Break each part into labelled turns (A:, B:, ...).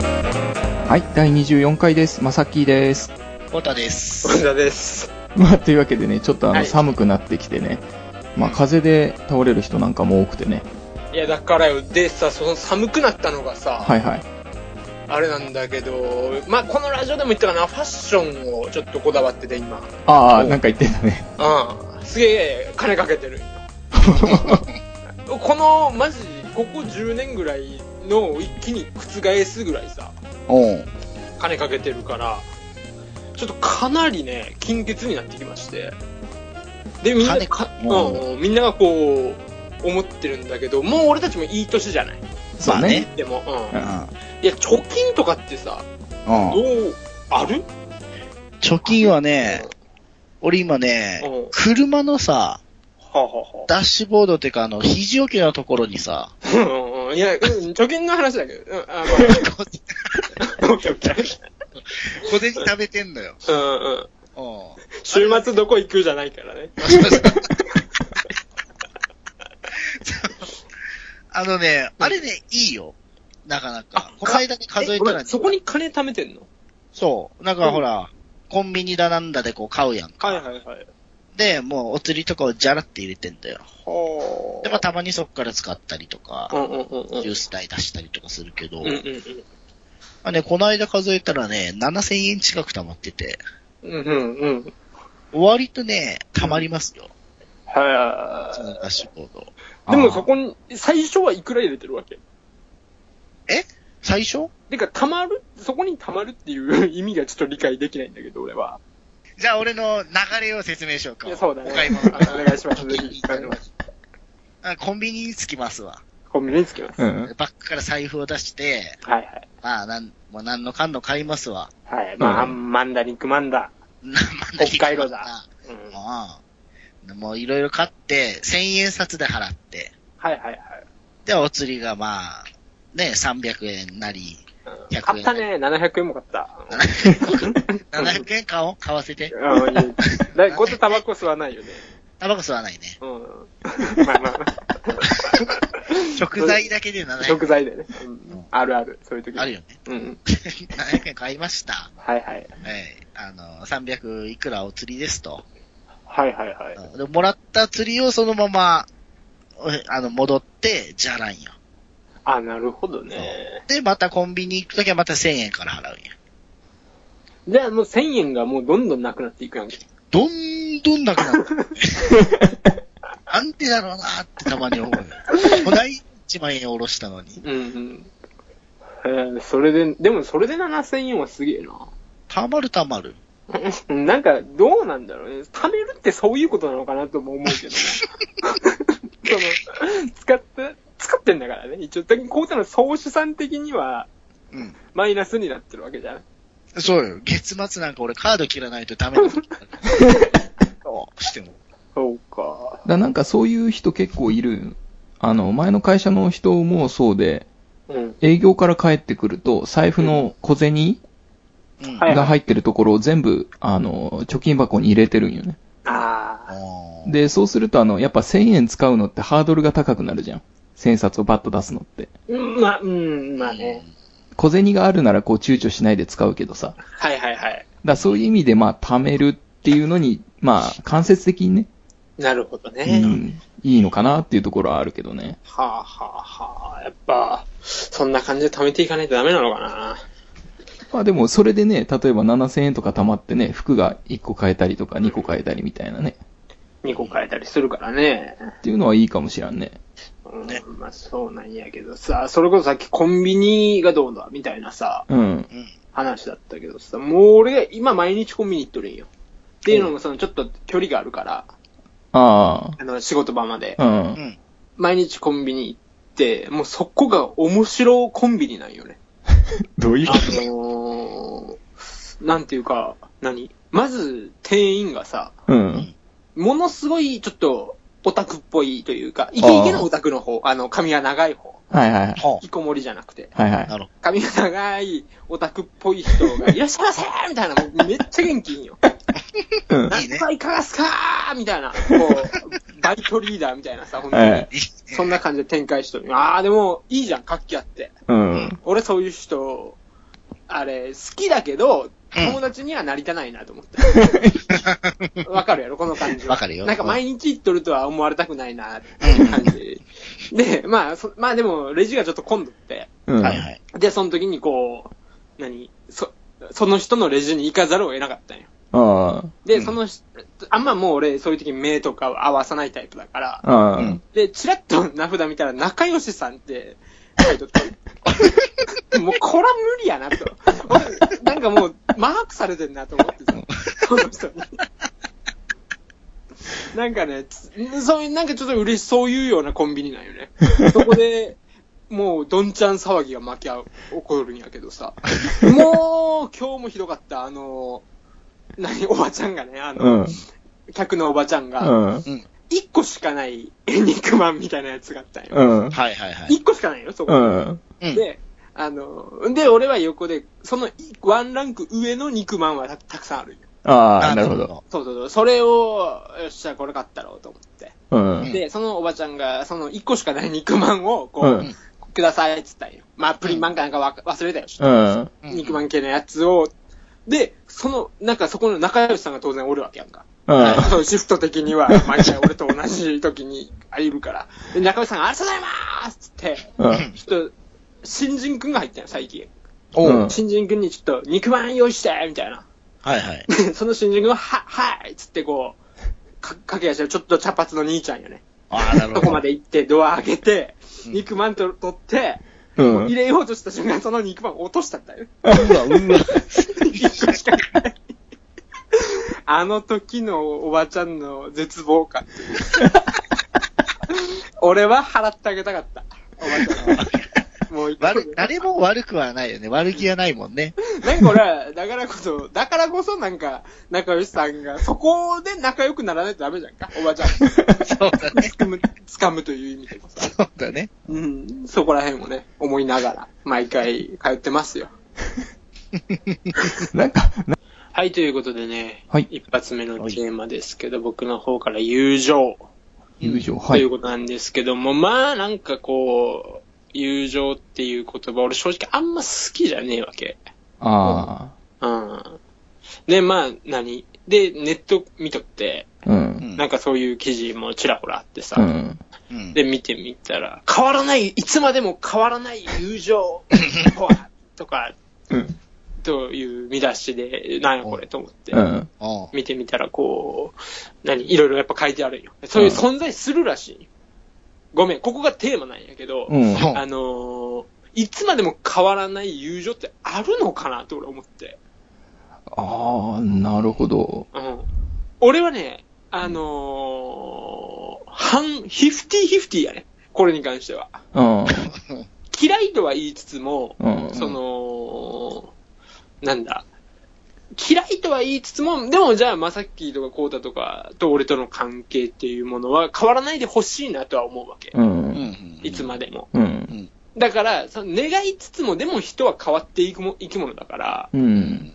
A: はい、第24回です。まさきです。
B: コタです。
C: こちらです。
A: まあ、というわけでね、ちょっとあの、
C: はい
A: 寒くなってきてね、まあ、風邪で倒れる人なんかも多くてね、
C: いや、だからよ。でさ、その寒くなったのがさ、
A: はいはい。
C: あれなんだけど、まあ、このラジオでも言ったかな、ファッションをちょっとこだわってて、今。
A: ああ、
C: お
A: なんか言ってたね。
C: うん。すげえ、金かけてる。この、マジ、ここ10年ぐらいの一気に覆すぐらいさ、
B: おう
C: 金かけてるから、ちょっとかなりね、金欠になってきまして。で、みんな
B: 金、
C: か
B: うん
C: うん、みんながこう、思ってるんだけど、もう俺たちもいい年じゃない。
A: そうね。
C: でも、うん。
A: うん
C: いや、貯金とかってさ、
B: うん
C: どう、ある
B: 貯金はね、俺今ね
C: うん、
B: 車のさ、
C: はあ、は
B: ダッシュボードっていうかあの、肘置きのところに さ、
C: あ、はあ。いや、うん貯金の話だけど。うん、あ、
B: 小
C: まあ、 オッケーオッケー
B: 銭食べてんのよ。
C: うんうん。
B: うん。
C: 週末どこ行くじゃないからね。
B: あのね、あれね、いいよ。なかなか。この間に数え
C: ご
B: た
C: め
B: ら
C: んそこに金貯めてんの
B: そう。なんかほら、コンビニだなんだでこう買うやん
C: はい
B: か。
C: はいはい。
B: で、もうお釣りとかをじゃらって入れてんだよ。
C: はあ。
B: で、まあ、たまにそこから使ったりとか
C: う、んうんうんうん。
B: ジュース代出したりとかするけど、
C: うん
B: まあね、この間数えたらね、7000円近く貯まってて、
C: うんうん。うんうんうん。
B: 割とね、貯まりますよ。その
C: は
B: ダッシュボード。
C: い。でもそこに、最初はいくら入れてるわけ
B: 最初
C: てか、貯まる、そこに貯まるっていう意味がちょっと理解できないんだけど、俺は。
B: じゃあ俺の流れを説明しよう
C: い
B: か
C: や、そうだね。
B: お
C: お
B: 買い物
C: 願いします。ぜひ
B: あ コンビニに着きますわ。
C: コンビニにつきます。
A: うんうん。
B: バッグから財布を出して、
C: はいはい。
B: まあ、なん、もう何のかんの買いますわ。
C: はい。まあ、
A: うん
C: マンダ肉マンダ。
B: な
C: 北海道だ。うん。はい
B: まあ、も ういろいろ買って、1000円札で払って、
C: はいはい。
B: で、お釣りがまあ、ね、300円なり、
C: うん
B: 100
C: 買ったね、700円も買った。
B: 700円買おう買わせて。
C: うん、いい。だこタバコ吸わないよね。
B: タバコ吸わないね。
C: うん。まあま
B: 食材だけで
C: あ、
B: 700
C: 食
B: 円。
C: 材だよね。うんあるある、そういう時
B: あるよ
C: よ。
B: ね。
C: うん。
B: 700円買いました。
C: はいは
B: は
C: い。
B: い。あの、300いくらお釣りですと。
C: はいはいはい。
B: で、もらった釣りをそのまま、おあの、戻って、じゃらんよ。
C: あ、なるほどね。
B: で、またコンビニ行くときはまた1000円から払うんや。
C: じゃあもう1000円がもうどんどんなくなっていくやんけ。
B: どんどんなくなる。なんでだろうなーってたまに思うよ。こない1万円下ろしたのに。
C: うんうん。えーそれで、でもそれで7000円はすげえな。
B: たまるたまる。
C: うん なんか、どうなんだろうね。貯めるってそういうことなのかなとも思う けどね。その、使って、作ってんだからね。一応、だけどこうたの総資産的には、
B: うん。
C: マイナスになってるわけじゃない。
B: そうよ。月末なんか俺カード切らないとダメな時あるどうしても。
C: そうか。
A: だなんかそういう人結構いる。あの、前の会社の人もそうで、
C: うん。
A: 営業から帰ってくると、財布の小銭
B: うん。
C: はい
A: が入ってるところを全部、あの、貯金箱に入れてるんよね。
C: ああ。
B: おー
A: で、そうすると、あの、やっぱ1000円使うのってハードルが高くなるじゃん。1000冊をバッと出すのって。
C: うん、まあ、うん、まあね。。
A: 小銭があるならこう躊躇しないで使うけどさ。だか
C: はいはいはい。
A: らそういう意味でまあ貯めるっていうのに、まあ間接的にね、
C: なるほど
A: う
C: ね。
A: ん、いいのかなっていうところはあるけどね。
C: はあはあはあ。やっぱ、そんな感じで貯めていかないとダメなのかな。
A: まあでもそれでね、例えば7000円とか貯まってね、服が1個買えたりとか2個買えたりみたいなね。
C: 2個変えたりするからね。
A: っていうのはいいかもしらんね。
C: うん
B: ね
C: まあそうなんやけどさ、それこそさっきコンビニがどうだみたいなさ、
A: うん。
B: うん。
C: 話だったけどさ、もう俺が今毎日コンビニ行っとるんよ。っていうのもそのちょっと距離があるから、
A: あ
C: あの仕事場まで。
A: あ。うん。
B: うん。
C: 毎日コンビニ行って、もうそこが面白コンビニなんよね。
A: どうい
C: あのー、なんていうか、何まず店員がさ、
A: うん。
C: ものすごいちょっとオタクっぽいというか、イケイケのオタクの方、あの髪が長い方、
A: はいはい。
B: ほ。
C: 引きこもりじゃなくて。
A: はいう
B: な
A: は
B: るほ
C: 髪が長いオタクっぽい人 が、いらっしゃいませみたいな、もうめっちゃ元気いいんよ。
A: い。うん。
B: いい
C: 何
B: ね
C: 回かがすかーみたいな、こう、バイトリーダーみたいなさ、ほんとに。
A: はい。
C: そんな感じで展開しとる。あー、でも、いいじゃん、活気あって。
A: うん。
C: 俺そういう人、あれ、好きだけど、
B: うん
C: 友達にはなりたないなと思っ た。わ、かるやろ、この感じ。
B: わかるよ
C: なんか毎日行っとるとは思われたくないな、っていう感じ。で、まあそ、まあでも、レジがちょっと混んどって、
A: うん。
B: はいはい。
C: で、その時にこう、何、そ、その人のレジに行かざるを得なかったんよ。
A: あ
C: で、
B: うん
C: そのし、あんまもう俺、そういう時目とかは合わさないタイプだから
A: あ、、ああ、
B: うん
C: で、チラッと名札見たら、仲良しさんって書いとった。 もう、こら無理やなと。俺なんかもう、マークされてんなと思ってさ、この人に。なんかね、つそういう、なんかちょっと嬉しそういうようなコンビニなんよね。そこで、もう、どんちゃん騒ぎが巻き起こるんやけどさ。もう、今日もひどかった。あの、何、おばちゃんがね、あ
A: う
C: の、
A: ん。
C: 客のおばちゃんが、
A: うん。
C: 一個しかない肉まんみたいなやつがあったんよ。
A: うん。
B: はいはいはい。
C: 一個しかないよ、そこ。
A: うん。
B: うん。
C: で、あの、で、俺は横で、その一ワンランク上の肉まんはたたくさんあるんよ。
A: ああ、なるほど。。
C: そうそうそう。それを、よっしゃ、これ買ったろうと思って。
A: うん。
C: で、そのおばちゃんが、その一個しかない肉まんを、こう、
A: うん。
C: くださいって言ったんよ。まあ、プリンマンかなんかわか忘れたよ、ちょっ
A: うん。
C: と
B: うん
C: 肉まん系のやつを。で、その、なんかそこの仲良しさんが当然おるわけやんか。
A: うん。
C: そう シフト的には、毎回俺と同じ時にあいるから。で、中尾さんが、ありがとうございますってって、
A: うん。
C: ちょっと、新人くんが入ったよ、最近。
B: お
A: うん
B: う。
C: 新人くんにちょっと、肉まん用意してみたいな。
B: はいはい。
C: でその新人くんは、は、はいっつってこう、か、駆け足で、ちょっと茶髪の兄ちゃんよね。
B: ああ、なるほど。
C: そこまで行って、ドア開けて、
B: うん
C: 肉まんと取って、
A: う
C: もう入
A: ん。
C: れようとした瞬間、その肉まん落としたんだよ。
B: うわ、うわ。
C: 一個しかない。あの時のおばちゃんの絶望感っていう。俺は払ってあげたかった。おばちゃんは。もう一個
B: 悪、誰も悪くはないよね。悪気はないもんね。
C: なんか俺は、だからこそ、だからこそなんか、仲良しさんが、そこで仲良くならないとダメじゃんか、おばちゃん。
B: そうだね。
C: 掴む、掴むという意味でもさ。
B: そうだね。
C: うん、そこら辺をね、思いながら、毎回通ってますよ。
A: なんか、な
C: はい、ということでね、
A: はい
C: 一発目のテーマですけど、僕の方から友情
A: 友情、
C: と。
A: はいいう
C: ことなんですけども、まあなんかこう、友情っていう言葉、俺正直あんま好きじゃねえわけ。
A: あ
C: うん。で、まあ何で、ネット見とって、
A: あ、うん
B: う。ん
C: なんかそういう記事もちらほらあってさ、
A: うん。
B: うん
C: で見てみたら、変わらない、いつまでも変わらない友情とはとか、
A: うん。
C: という見出しで、なんやこれと思って。
A: うん。
B: おう
C: 見てみたら、こう、何、いろいろやっぱ書いてあるんよ。そういう存在するらしいんよ。ごめん、ここがテーマなんやけど、
A: うん。
B: うん
C: あのーいつまでも変わらない友情ってあるのかなって俺思って。
A: ああ、なるほど。
C: うん。俺はね、あのー、半、フィフティフィフティやね。これに関しては。
A: うん。
C: 嫌いとは言いつつも、
A: うん。
C: その、なんだ、嫌いとは言いつつも、でもじゃあ、まさっきとかこうたとかと俺との関係っていうものは変わらないでほしいなとは思うわけ。
A: う。
B: うんん
C: いつまでも。
A: う。
B: うんん。
C: だから、その願いつつも、でも人は変わっていくも生き物だから、
A: う。
B: うんん。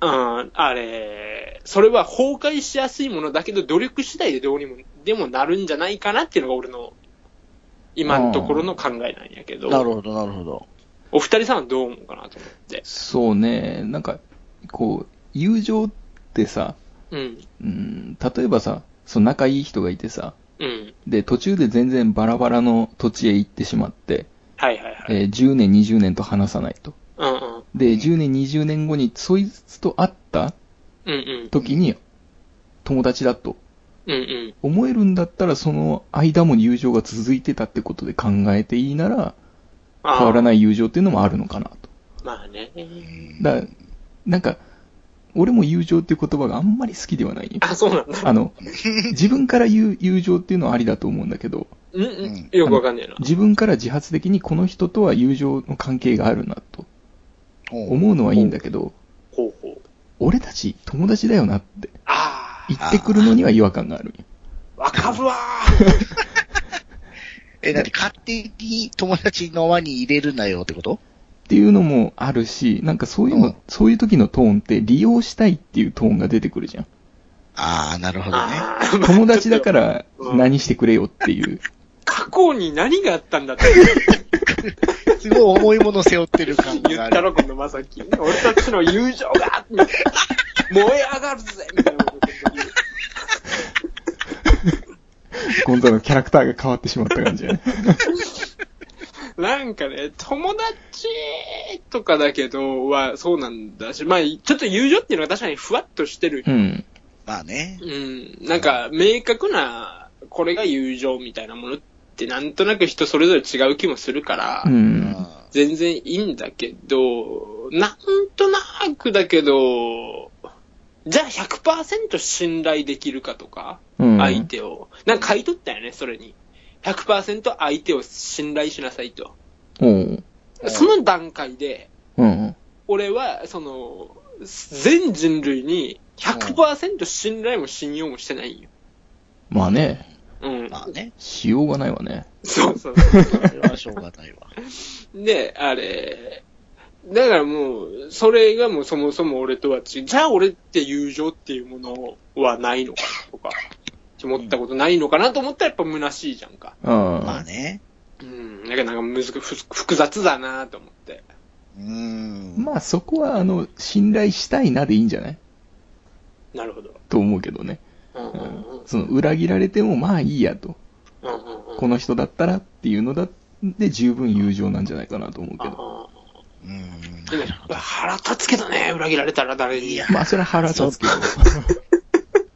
C: うん、あれ、それは崩壊しやすいものだけど、努力次第でどうにも、でもなるんじゃないかなっていうのが俺の、今のところの考えなんやけど、
B: なるほど、なるほど。
C: お二人さんはどう思うかなと思って。
A: そうね。なんか、こう、友情ってさ、
C: うん、
A: うん、例えばさ、その仲いい人がいてさ、
C: うん、
A: で、途中で全然バラバラの土地へ行ってしまって、
C: はいはいはい。
A: えー10年、20年と話さないと。
C: うんうん。
A: で、10年、20年後にそいつと会った
C: うんうん。
A: 時に、友達だと
C: うんうん。
A: 思えるんだったら、その間も友情が続いてたってことで考えていいなら、
C: ああ
A: 変わらない友情っていうのもあるのかなと。
C: まあね。
A: だなんか、俺も友情っていう言葉があんまり好きではないよ。
C: あ、そうなんだ。
A: あの、自分から言う 友情っていうのはありだと思うんだけど、
C: うん
B: う
C: うん
B: ん。
C: よくわかんねえな。
A: 自分から自発的にこの人とは友情の関係があるなと
B: おう
A: 思うのはいいんだけど、
C: ほうほう。
A: 俺たち友達だよなって
C: あ
A: 言ってくるのには違和感があるんよ。
C: あ、わかるわー。
B: え、だって勝手に友達の輪に入れるなよってこと
A: っていうのもあるし、なんかそういうの、
B: うん
A: そういう時のトーンって利用したいっていうトーンが出てくるじゃん。
B: あ あ、なるほどね。
C: あー
A: 友達 だか。
C: まあ
A: ら
C: うん
A: 何してくれよっていう。
C: 過去に何があったんだって。
B: すごい重いもの背負ってる感
C: 言
B: が
C: っ
B: あ
C: た
B: る。
C: ろ、今度まさき。俺たちの友情がみたいな燃え上がるぜみたいなこと言って
A: 今度のキャラクターが変わってしまった感じやね。
C: なんかね、友達とかだけどはそうなんだし、まあ、ちょっと友情っていうのは確かにふわっとしてる
A: う。ん。
B: まあね。
C: うん。なんか、明確な、これが友情みたいなものってなんとなく人それぞれ違う気もするから、
A: うん。
C: 全然いいんだけど、なんとなくだけど、じゃあ100%信頼できるかとか、
A: うん。
C: 相手を。なんか買い取ったよね、それに。100%相手を信頼しなさいと。
A: おう。
B: うん
C: その段階で、
A: うん。
C: 俺は、その、全人類に100%信頼も信用もしてないんよ。
A: まあね、
C: うん。
B: まあね。
A: しようがないわね。
C: そうそう。
B: それはしょうがないわ。
C: で、あれ、だからもう、それがもうそもそも俺とは違う。じゃあ俺って友情っていうものはないのかなとか、思ったことないのかなと思ったらやっぱ虚しいじゃんか。
A: うん。
B: まあね。
C: うん。だからなんか難しくふ複雑だなと思って。
B: うーん。
A: まあそこは、あの、信頼したいなでいいんじゃない
C: なるほど。
A: と思うけどね。
C: うんうんうん。
A: その、裏切られてもまあいいやと。
C: うんうんうん。
A: この人だったらっていうのだ、で十分友情なんじゃないかなと思うけど。
C: あ
B: うーん
C: ーでもやっぱ腹立つけどね、裏切られたら誰に。
B: いや
A: まあそれは腹立つけど。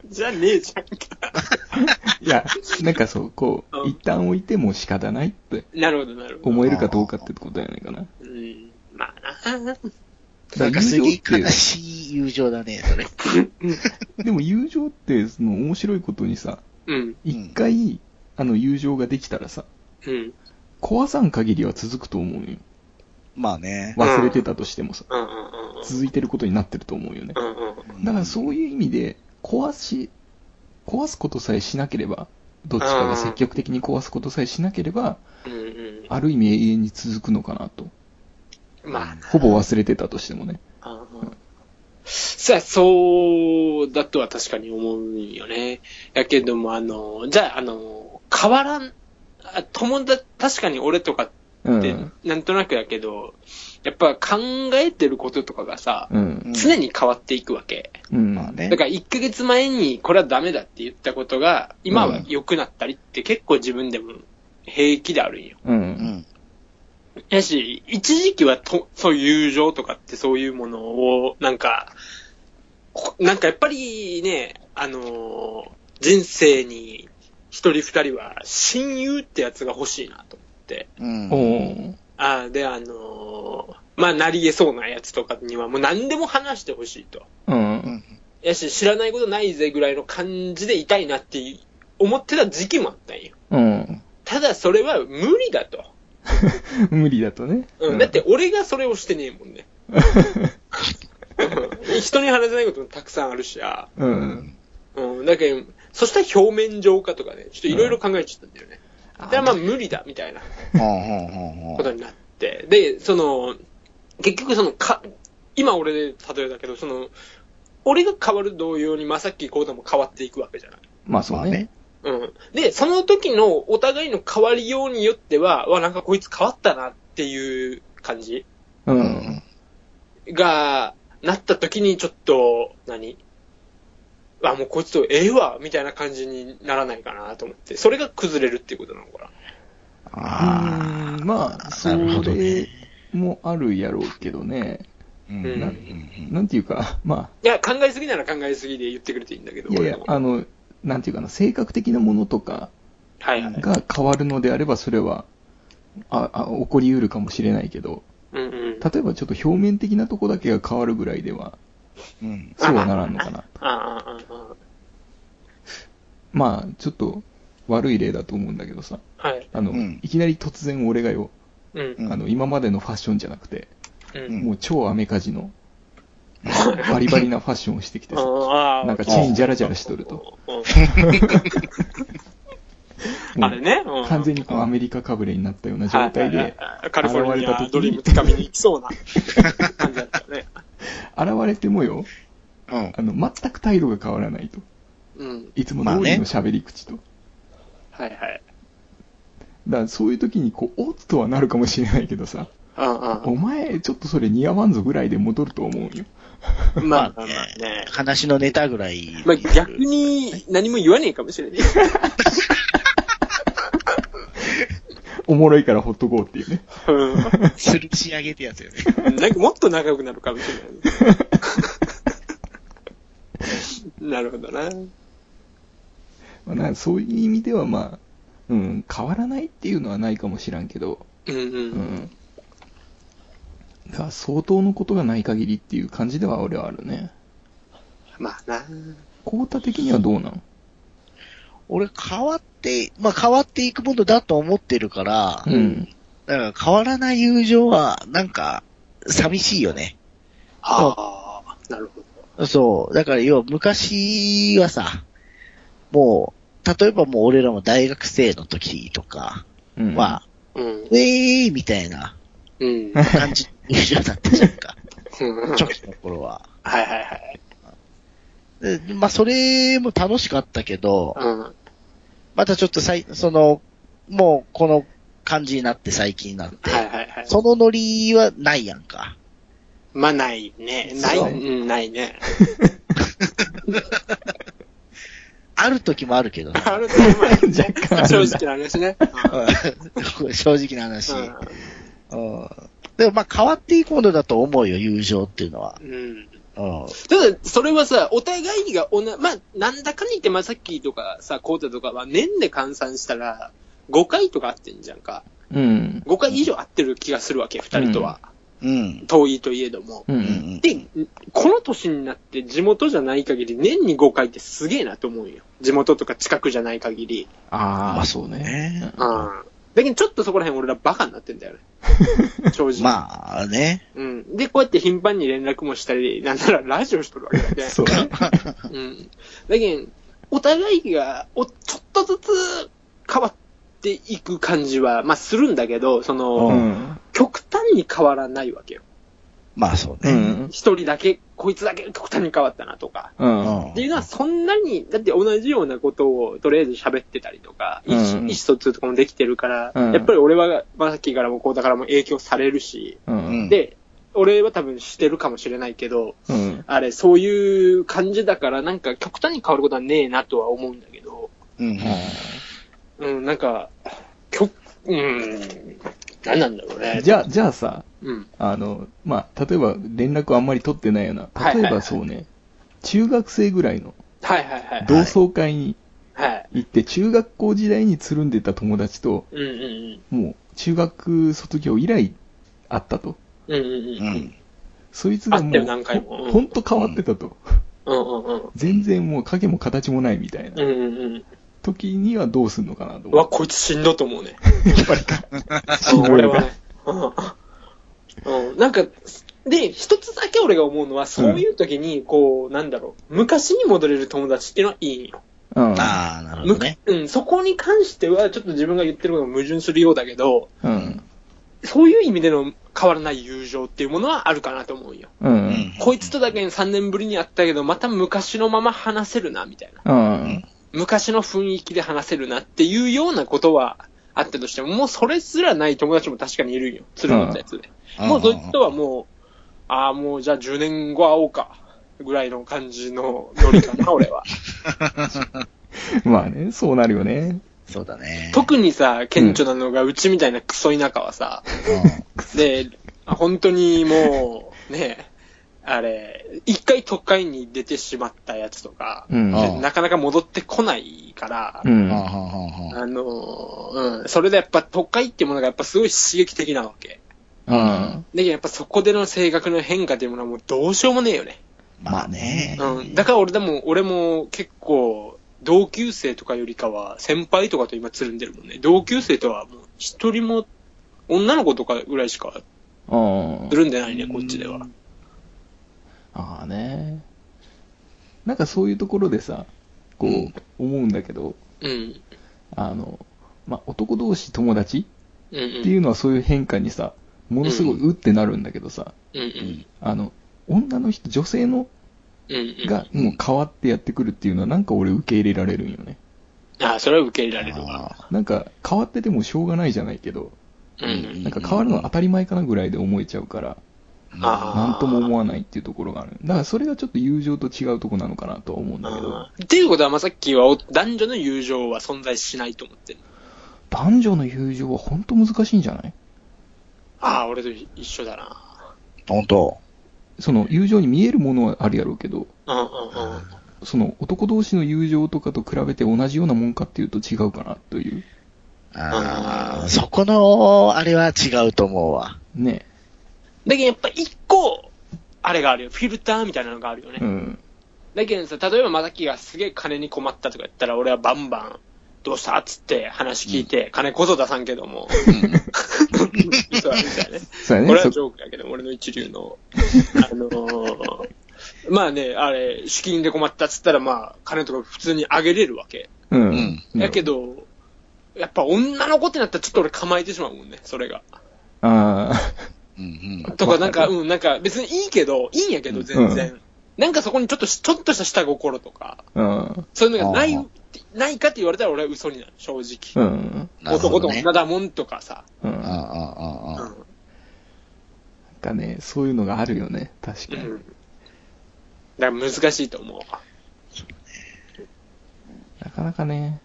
C: じゃねえじゃんか。
A: いや、なんかそう、こ
C: う
A: う、
C: ん
A: 一旦置いても仕方ないって
C: なるほど、なるほど。
A: 思えるかどうかってことやないかな。
C: うん。まあな。
B: なんかす
A: 友情
B: げ
A: っ
B: え
A: ていう
B: 悲しい友情だね、それ。
A: でも友情って、その面白いことにさ、
C: うん。
B: うん
A: 一回、あの友情ができたらさ、
C: うん。
A: 壊さん限りは続くと思うよ。
B: まあね。
A: 忘れてたとしてもさ、
C: うんうんうんうん。
A: 続いてることになってると思うよね。
C: うんうんうん。
A: だからそういう意味で、壊し、壊すことさえしなければ、どっちかが積極的に壊すことさえしなければ、
C: うんうん
A: ある意味永遠に続くのかなと。
C: まあな。
A: ほぼ忘れてたとしてもね。
C: あーさあ、そうだとは確かに思うんよね。やけども、あの、じゃあ、あの、変わらん、あ友達、確かに俺とかっ
A: うん。
C: て、なんとなくやけど、やっぱ考えてることとかがさ、
A: うん。
C: 常に変わっていくわけ。
A: うん。
B: まあね
C: だ。から1ヶ月前にこれはダメだって言ったことが、今は良くなったりって結構自分でも平気であるんよ。
A: う。
B: うんん。
C: やし、一時期はと、そういう友情とかってそういうものを、なんか、こなんかやっぱりね、あのー人生に一人二人は親友ってやつが欲しいなと思って。
B: うん。
A: お
C: ああ、で、あのーまあ、なり得そうなやつとかにはもう何でも話してほしいと。
A: う。
B: うんん。
C: やし、知らないことないぜぐらいの感じでいたいなってい思ってた時期もあったんよ。
A: うん。
C: ただそれは無理だと。
A: 無理だとね。
C: うん、だって、俺がそれをしてねえもんね。 うん人に話せないこともたくさんあるしや。
A: うん。
C: うん、だけど、そしたら表面上化とかね、ちょっといろいろ考えちゃったんだよね。だからまあ無理だ、みたいな
B: ほんほんほんほん
C: ことになって。で、その、結局その、か、今俺で例えだけど、その、俺が変わる同様にまさっきこうだも変わっていくわけじゃない。
A: まあそうね。。
C: うん。で、その時のお互いの変わりようによっては、わ、なんかこいつ変わったなっていう感じ。
A: う
B: うんん。。
C: が、なった時にちょっと、何あ、もうこいつとええわ、みたいな感じにならないかなと思って。それが崩れるっていうことなのか
B: あ
A: うんまあ、
B: な
A: そ
B: るほどね
A: れもあるやろうけどね。
B: あ。うん。
C: う
B: うんん。
A: なんていうか、 ま
C: な。いや、考えすぎなら考えすぎで言ってくれていいんだけど、
A: あ、いやいや
C: 俺、の
A: あの、なんていうかな、性格的なものとか
C: はいはい。
A: が変わるのであれば、それは、あ、あ、起こりうるかもしれないけど、
C: うんうん。
A: 例えばちょっと表面的なとこだけが変わるぐらいでは、
B: うん。
A: そうはならんのかな。
C: ああ、ああ、
A: まあ、ちょっと悪い例だと思うんだけどさ、
C: ああ。はい。
A: あの、
B: うん
A: いきなり突然俺がよ、
C: うん
B: う。ん
A: あの、今までのファッションじゃなくて、
C: うん。
A: もう超アメカジ の、バリバリなファッションをしてきて
C: あ
A: さ、
C: あああ
A: なんかチェーンジャラジャラしとると。
C: うん
A: も
C: あ
A: う
C: れね。うん
A: 完全にこうアメリカかぶれになったような状態
C: はい
A: で、
C: はいはいカリフォルニアドリーム掴みに行きそうな感じだったよ ね。
A: 現れてもよ、
B: うん。
A: あの、全く態度が変わらないと。
C: うん。
A: いつも通りの喋り口と。
C: はいはい。
A: だからそういう時にこう、おっとはなるかもしれないけどさ、
C: うん
A: お前、ちょっとそれ似合わんぞぐらいで戻ると思うよ。
C: うん。まあまあまあね。
B: 話のネタぐらい。
C: まあ逆に何も言わねえかもしれない。
A: おもろいからほっとこうっていう ね。
C: うん。
B: する仕上げってやつよね。
C: なんかもっと仲良くなるかもしれない。なるほどな。
A: まあ、なんかそういう意味では、まあ、うん、変わらないっていうのはないかもしらんけど、
C: うん
A: う
C: うん。
A: ん。だから相当のことがない限りっていう感じでは俺はあるね。
C: まあな。
A: コータ的にはどうなの
B: 俺変わって、まあ変わっていくものだと思ってるから、
A: うん。
B: だから変わらない友情は、なんか、寂しいよね。
C: ああ、なるほど。
B: そう。だから要は昔はさ、もう、例えばもう俺らも大学生の時とか
A: うん。
B: は、
C: うん
B: ウ。ェーイみたいな
C: うん。
B: 感じの友情だったじゃん か。
C: うん
B: 初期の頃は。
C: はいはいはい。
B: でまあそれも楽しかったけど、
C: うん。
B: またちょっとさい、その、もうこの感じになって最近になって、
C: はいはいはい。
B: そのノリはないやんか。
C: まあないね。ない、
A: そう
C: うん、ないね。
B: ある時もあるけど
C: あ
B: な。
C: ると思うよね
A: 若干あ
C: 正
A: るんだ
C: 直な話ね。
B: うん 正直な話。
C: う
B: うんでもまあ変わっていくものだと思うよ、友情っていうのは。
C: んうん。
B: うん
C: ただ、それはさ、お互いがおな、まあ、なんだかに言って、まあ、さっきとかさ、コータとかは年で換算したら、5回とか会ってんじゃんか。
A: うん。
C: 5回以上会ってる気がするわけ、2人とは。
B: うん。
C: 遠いといえども。
A: う。
B: うんん。
C: で、この年になって地元じゃない限り、年に5回ってすげえなと思うよ。地元とか近くじゃない限り。
A: あ
B: ま
A: あ、
B: あ
A: そうね
B: ね。
C: うん。だけど、ちょっとそこら辺俺らバカになってんだよね。正直。
B: まあね。
C: うん。で、こうやって頻繁に連絡もしたり、なんならラジオしとるわけだよね。
A: そうね。
C: うん。だけん、お互いが、お、ちょっとずつ変わっていく感じは、まあ、するんだけど、その、
A: うん。
C: 極端に変わらないわけよ。
B: まあそう
A: う
B: ね。
A: ん。
C: 一人だけ、こいつだけ極端に変わったなとか。
A: う。
B: うんん
C: っていうのはそんなに、だって同じようなことをとりあえず喋ってたりとか、意
A: うんうん
C: 思意思疎通とかもできてるから、
A: うん
C: やっぱり俺は、まあ、さっきからもこうだからも影響されるし、
A: う。
B: うんん。
C: で、俺は多分してるかもしれないけど、
A: うん。
C: あれ、そういう感じだから、なんか極端に変わることはねえなとは思うんだけど、
B: うん。
C: うん、なんか、きょ、うん、何なんだろうね。
A: じゃ
C: ゃ
A: あ、じゃあさ、
C: うん。
A: あの、まあ、例えば連絡あんまり取ってないような
C: はいは、い
A: 例
C: はい
A: えばそうね、中学生ぐらいの
C: はいはいはい。
A: 同窓会に
C: はい。
A: 行って、中学校時代につるんでた友達と、
C: うんうん
A: もう中学卒業以来会ったと。
C: うん。うんうん
B: う
C: うん。
B: ん。
A: そいつが
C: 会っ
A: も
C: た
A: う、
C: よ何回も
A: ほ
C: うん
A: ほんと変わってたと。
C: うんうんうん。
A: 全然もう影も形もないみたい
C: うん
A: な
C: うん
A: 時にはどうすんのかなと
C: うん。
A: 思
C: わ、こいつ死んど と思うね。
A: しんどいな
C: 俺はね。うん。うんなんか、で、一つだけ俺が思うのは、そういう時に、こう、なんだろう、昔に戻れる友達っていうのはいいんよ。
A: う。うん。
B: ああ、なるほ
C: む
B: どね。
C: うん、そこに関しては、ちょっと自分が言ってることが矛盾するようだけど、
A: うん。
C: そういう意味での変わらない友情っていうものはあるかなと思うよ。
A: う。
B: うんん
C: こいつとだけに3年ぶりに会ったけど、また昔のまま話せるな、みたいな。
A: うん。
C: 昔の雰囲気で話せるなっていうようなことはあったとしても、もうそれすらない友達も確かにいるんよ。鶴のやつで。もうそいつとはもう、ああ、もうじゃあ10年後会おうか。ぐらいの感じのノリかな、俺は。
A: まあね、そうなるよね。
B: そうだね。
C: 特にさ、顕著なのが、うちみたいなクソ田舎はさ、 で、本当にもう、ね、あれ、一回都会に出てしまったやつとか、
A: うん。
B: あ
C: なかなか戻ってこないから、
A: う
B: うんん。はあはあはあはあ
C: あのーうん、それでやっぱ都会ってものがやっぱすごい刺激的なわけ。
A: うん。
C: で、やっぱそこでの性格の変化っていうものはもうどうしようもねえよね。
B: まあね。
C: うん。だから俺でも、俺も結構、同級生とかよりかは、先輩とかと今つるんでるもんね。同級生とはもう一人も、女の子とかぐらいしか
A: うん
C: つ。るんでないね、こっちでは。
A: ああね。なんかそういうところでさ、こう、
B: うん
A: 思うんだけど、
C: うん。
A: あの、まあ、男同士友達
C: うんうん。
A: っていうのはそういう変化にさ、ものすごいうってなるんだけどさ、
C: うんう
B: うんん。
A: あの、女の人、女性の
C: うんうん。
A: がもう変わってやってくるっていうのはなんか俺受け入れられるんよね。
C: ああ、それは受け入れられるわ。
B: あ
A: なんか変わっててもしょうがないじゃないけど、
C: う
B: うん
C: ん。
A: なんか変わるのは当たり前かなぐらいで思えちゃうから、
B: ー
C: あ
A: なんとも思わないっていうところがある。だからそれがちょっと友情と違うとこなのかなとは思うんだけど、
C: あーっていうことは、まあさっきはお男女の友情は存在しないと思ってる。
A: 男女の友情は本当難しいんじゃない
C: ああ、俺と一緒だな。
B: 本当。
A: その友情に見えるものはあるやろうけど、
C: うんうんうん。
A: その男同士の友情とかと比べて同じようなもんかっていうと違うかなという。
B: あ
C: う
B: ー
C: ん
B: そこの、あれは違うと思うわ。
A: ね。
C: だけどやっぱ一個、あれがあるよ。フィルターみたいなのがあるよね。
A: うん。
C: だけどさ、例えばまさきがすげえ金に困ったとか言ったら、俺はバンバン、どうしたっつって話聞いて、金こそ出さんけども。そうみたいね。
A: そうや
C: こ
A: ね。
C: れは
A: そ
C: ジョークやけど、俺の一流の。 あのーまあね、あれ、資金で困ったっつったら、まあ、金とか普通にあげれるわけ。
A: う
B: うんん。
C: やけ
A: ど。
C: ど、やっぱ女の子ってなったらちょっと俺構えてしまうもんね、それが。
A: ああ。
B: うん
C: とか、
A: わか
C: なん
A: る
C: か、うん、なんか別にいいけど、いいんやけど、全然。
A: う
C: なんかそこにちょっとし、ちょっとした下心とか、
A: うん。
C: そういうのがない
B: あー、
C: ないかって言われたら俺は嘘になる、正
A: う
C: 直。
A: ん。
B: なるほ
C: 男と
B: どね。
C: 女だもんとかさ。
A: うん。
B: あ
A: なん
B: あ、ああ、ああ。
A: かね、そういうのがあるよね。確
C: う
A: か
C: ん。
A: に。
C: うんだから難しいと思う。
A: なかなかね。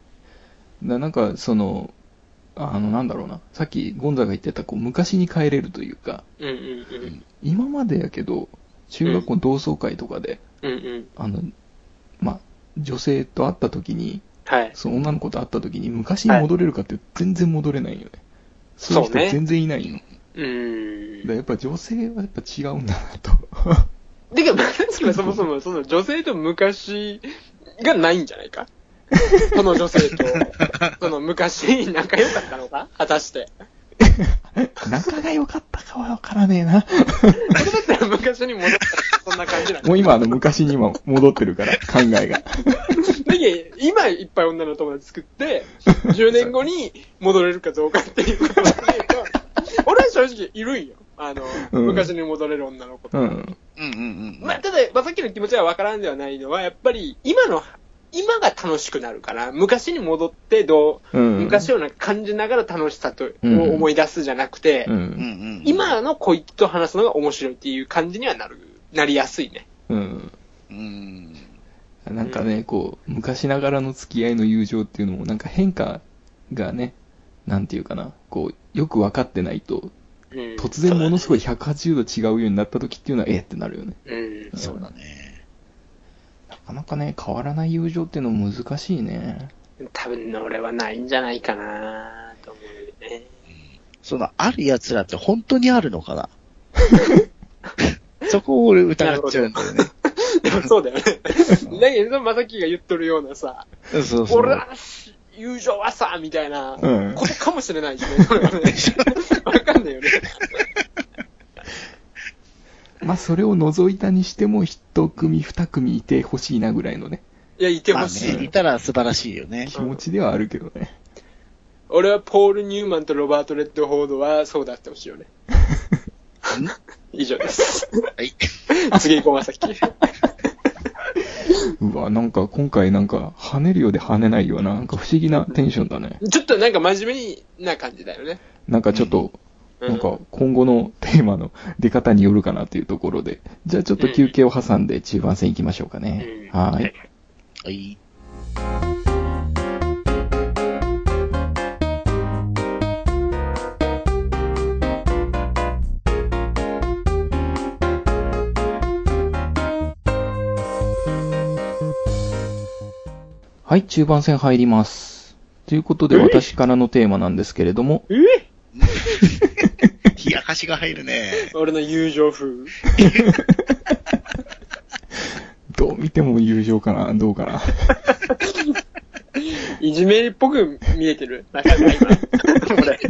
A: だなんか、その、あの、なんだろうな。さっきゴンザが言ってた、こう、昔に帰れるというか、
C: うんうんうん。
A: 今までやけど、中学校の同窓会とかで、
C: うんうん。
A: あの、まあ、女性と会った時に、
C: はい。
A: その女の子と会った時に昔に戻れるかって全然戻れないよね。そういう
C: そうね
A: 人全然いないよ。
C: うー
A: だから
C: ん。
A: やっぱ女性はやっぱ違うんだなと。
C: てか、マスキはそもそも、その女性と昔がないんじゃないかその女 性と、その昔仲良かったのか果たして。
A: 仲が良かったかはわからねえな。
C: それだったら昔に戻ったらそんな感じな の。
A: もう今あの昔に今戻ってるから、考えが。
C: だけど今いっぱい女の友達作って、10年後に戻れるかどうかっていうことを考えると、俺は正直いるんよ。あの、
A: うん
C: 昔に戻れる女の子と。
A: うん。
B: うんうんうん。
C: まあ、ただ、まあ、さっきの気持ちはわからんではないのは、やっぱり、今の、今が楽しくなるから、昔に戻ってど
A: う
C: う、
A: ん。
C: 昔をなんか感じながら楽しさと、
A: うん
C: を思い出すじゃなくて、
A: う。
B: うんうんん、
C: 今のこいつと話すのが面白いっていう感じにはなる、なりやすいね。
A: うん。
B: うん。
A: なんかね、こう、昔ながらの付き合いの友情っていうのもなんか変化がね、なんていうかな、こう、よく分かってないと、
C: うん
A: 突然ものすご
C: い。
A: い180度違うようになった時っていうのは、えってなるよね。
C: うん。
B: そうだね。
A: なかなかね、変わらない友情っていうのも難しいね。
C: 多分ね、俺はないんじゃないかなと思うよね。
B: その、ある奴らって本当にあるのか なそこを俺疑っちゃうんだよね。
C: でもそう だよね。だけど、まさきが言っとるようなさ、
B: そうそう
C: 俺らの友情はさ、みたいな、
A: うん
C: ことかもしれないしね、これはね。わかんないよね。
A: まあ、それを除いたにしても、一組、二組いてほしいなぐらいのね、
C: いや、いて
B: ま
C: ほ
B: あ
C: しい。
B: ね、いたら素晴らしいよね。
A: 気持ちではあるけどね。
C: 俺はポール・ニューマンとロバート・レッドフォードはそうだってほしいよね。以上です。
B: はい。
C: 次行こう、まさき。
A: うわ、なんか今回なんか、跳ねるようで跳ねないような、なんか不思議なテンションだね。
C: ちょっとなんか真面目にな感じだよね。
A: なんかちょっと、
C: う
A: なんか今後のテーマの出方によるかなというところで、じゃあちょっと休憩を挟んで中盤戦行きましょうかね。
C: うん
A: はーい。
B: はい。
A: はい、中盤戦入ります。ということで、
C: えい
A: 私からのテーマなんですけれども、
C: え
B: 冷やかしが入るね。
C: 俺の友情風。
A: どう見ても友情かな、どうか な。
C: いじめっぽく見えてる。なんか今。俺。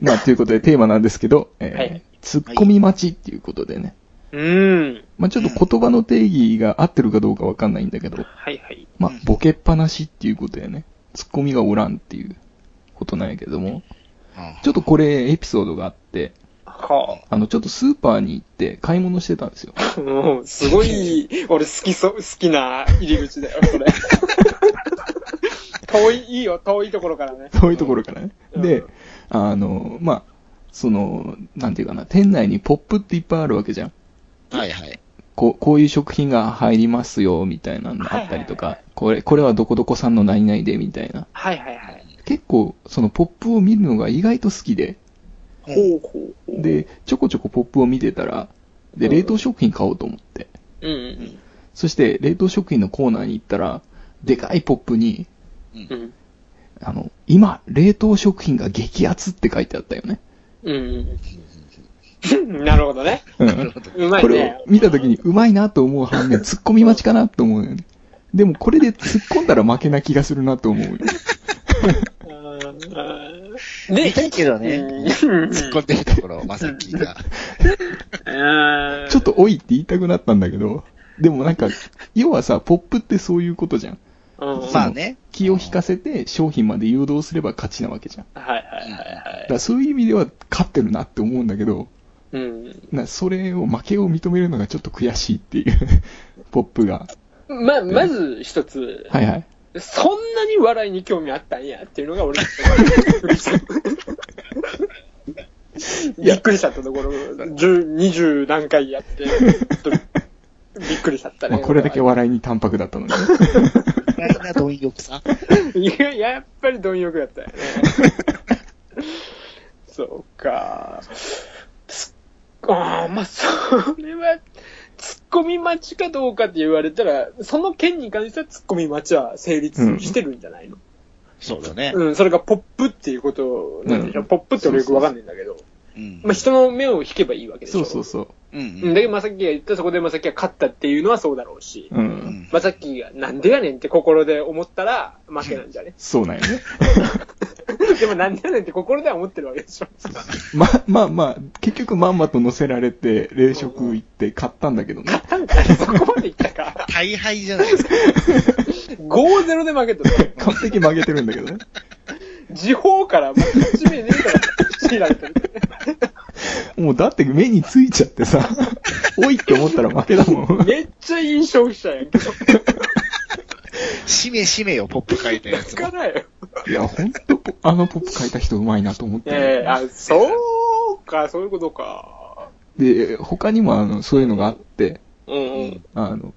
A: まあ、ということでテーマなんですけど、えー
C: はい
A: ツッコミ待ちっていうことでね。
C: うん。
A: まあ、ちょっと言葉の定義が合ってるかどうかわかんないんだけど、
C: はいはい。
A: まあ
B: うん、
A: ボケっぱなしっていうことやね。ツッコミがおらんっていうことなんやけども、ちょっとこれエピソードがあって、
C: はは
A: あの、ちょっとスーパーに行って買い物してたんですよ。
C: あ。もう、すごい、俺好きそう、好きな入り口だよ、 それ。遠い、いいよ、遠いところからね。
A: そういうところからね。
C: うん
A: で、あの、まあ、その、なんていうかな、店内にポップっていっぱいあるわけじゃん。
B: はいはい。
A: こう、こういう食品が入りますよ、みたいなのあったりとか、これ、これはどこどこさんの何々で、みたいな。
C: はいはいはい。
A: 結構、そのポップを見るのが意外と好きで、
B: うん
C: うほうほう。
A: で、ちょこちょこポップを見てたら、で、
C: うん
A: 冷凍食品買おうと思って。
C: うんうん
A: そして、冷凍食品のコーナーに行ったら、でかいポップに、
B: うん
C: うん。
A: あの、今、冷凍食品が激アツって書いてあったよね。
C: うんうん。 なるほどね。
A: うん
B: なるほど。
C: うまい
A: これ
C: ね
A: を。見た時にうまいなと思う反 面、突っ込み待ちかなと思うよね。でもこれで突っ込んだら負けな気がするなと思うよ。
C: あー
B: 見
C: で、
B: たいけどね、
C: うん
B: 突っ込んでるところ、まさきが。
C: うん
A: ちょっとおいって言いたくなったんだけど、でもなんか、要はさ、ポップってそういうことじゃん。
C: うん
B: まあね。
A: 気を引かせて商品まで誘導すれば勝ちなわけじゃん。
C: はいはいはい
A: だか
C: はい。
A: らそういう意味では勝ってるなって思うんだけど、
C: うん。
A: なそれを負けを認めるのがちょっと悔しいっていう、 ポップが。
C: まあ、まず一つ、
A: はいはい。
C: そんなに笑いに興味あったんやっていうのが俺のびっくりしちゃったところ、10 20何回やって、ちょっとびっくりしちゃったね。
A: まあ、これだけ笑いに淡白だったので。
B: 意外な貪欲さ。
C: いや、やっぱり貪欲だ ったよね。そうか。つああ、まあ、それは、ツッコミ待ちかどうかって言われたら、その件に関してはツッコミ待ちは成立してるんじゃないの、
B: そうだね
C: う。ん、それがポップっていうことなんでしょ、
A: うん
C: ポップって俺よくわかんないんだけど、
B: うん
C: まあ、人の目を引けばいいわけで し
A: そ
C: ょ。
A: うそうそう
C: うんん。だけど、まさきが言った、そこでまさきが勝ったっていうのはそうだろうし、
A: う。う。
B: うんん
C: まさきがなんでやねんって心で思ったら負けなんじゃね
A: そうなんよね。
C: でもなんでやねんって心では思ってるわけでしょ。
A: ま、まあまあ、結局まんまと乗せられて、冷食行って買ったんだけどね。
C: なんかそこまでいったか。
B: 大敗じゃないですか。
C: 5-0で負けたの。
A: 完璧に負けてるんだけどね。
C: 時報からもう1名ねえから強いられてる。
A: もうだって目についちゃってさ、 おいって思ったら負けだもん。
C: めっちゃいい消費者 やんけ。
B: しめしめよ、ポップ書いたやつ
C: か
B: も。
C: ないよ。
A: いや、ほんとポ、あのポップ書いた人うまいなと思って。
C: ええあ、そうか、そういうことか。
A: で、他にもあの、そういうのがあって、
C: うんう
B: うん
C: ん。
A: あの、